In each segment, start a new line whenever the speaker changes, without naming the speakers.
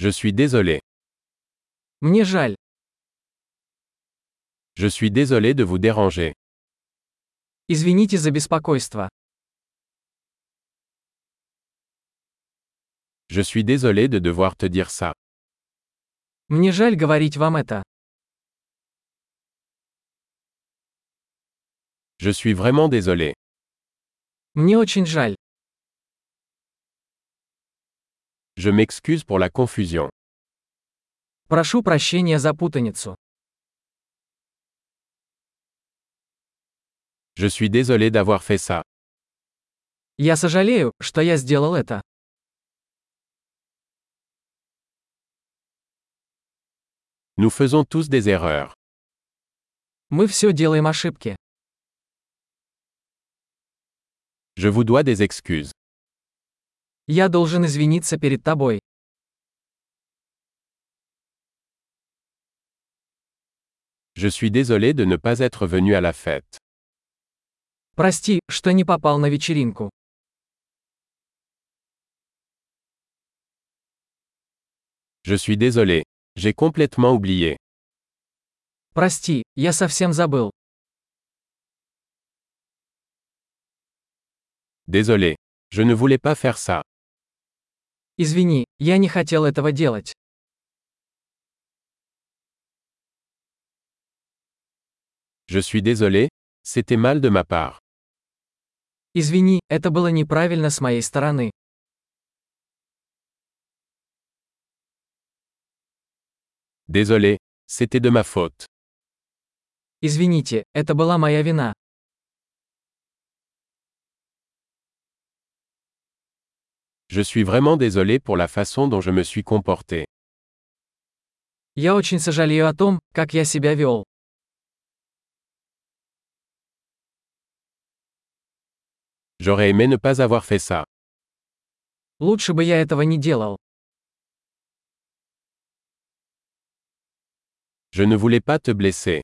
Je suis désolé.
Мне жаль.
Je suis désolé de vous déranger.
Извините за беспокойство.
Je suis désolé de devoir te dire ça.
Мне жаль говорить вам это.
Je suis vraiment désolé.
Мне очень жаль.
Je m'excuse pour la confusion.
Прошу прощения за путаницу.
Je suis désolé d'avoir fait ça.
Я сожалею, что я сделал это.
Nous faisons tous des erreurs.
Мы все делаем ошибки.
Je vous dois des excuses.
Я должен извиниться перед тобой.
Je suis désolé de ne pas être venu à la fête.
Прости, что не попал на вечеринку.
Je suis désolé. J'ai complètement oublié.
Прости, я совсем забыл.
Désolé. Je ne voulais pas faire ça.
Извини, я не хотел этого делать.
Je suis désolé. C'était mal de ma part.
Извини, это было неправильно с моей стороны.
Désolé. C'était de ma faute.
Извините, это была моя вина.
Je suis vraiment désolé pour la façon dont je me suis comporté.
Я очень сожалею о том, как я себя вел.
J'aurais aimé ne pas avoir fait ça.
Лучше бы я этого не делал.
Je ne voulais pas te blesser.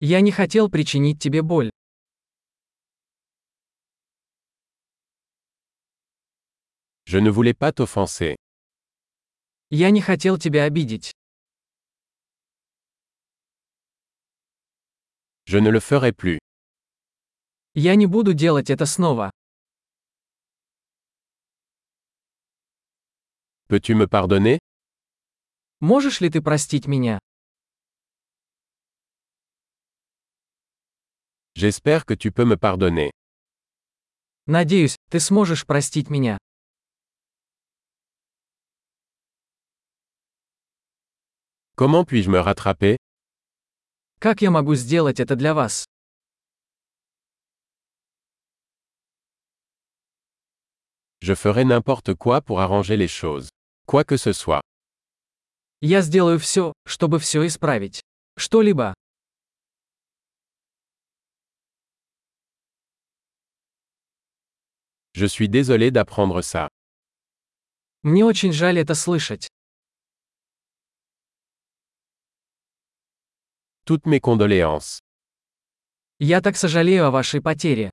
Я не хотел причинить тебе боль.
Je ne voulais pas t'offenser.
Я не хотел тебя обидеть.
Je ne le ferai plus.
Я не буду делать это снова.
Peux-tu me pardonner
Можешь ли ты простить меня?
J'espère que tu peux me pardonner.
Надеюсь, ты сможешь простить меня.
Comment puis-je me rattraper
Как я могу сделать это для вас?
Je ferai n'importe quoi pour arranger les choses. Quoi que ce soit.
Я сделаю все, чтобы все исправить. Что-либо.
Je suis désolé d'apprendre ça.
Мне очень жаль это слышать.
Toutes mes condoléances.
Я так сожалею о вашей потере.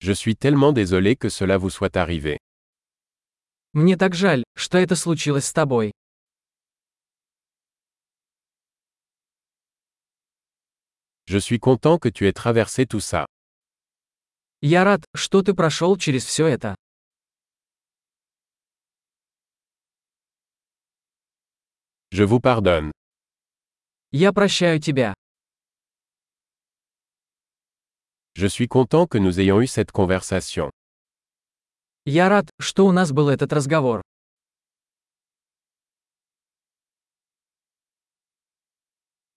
Je suis tellement désolé que cela vous soit arrivé.
Мне так жаль, что это случилось с тобой.
Je suis content que tu aies traversé tout ça.
Я рад, что ты прошел через все это.
Je vous pardonne.
Я прощаю тебя.
Je suis content que nous ayons eu cette conversation.
Я рад, что у нас был этот разговор.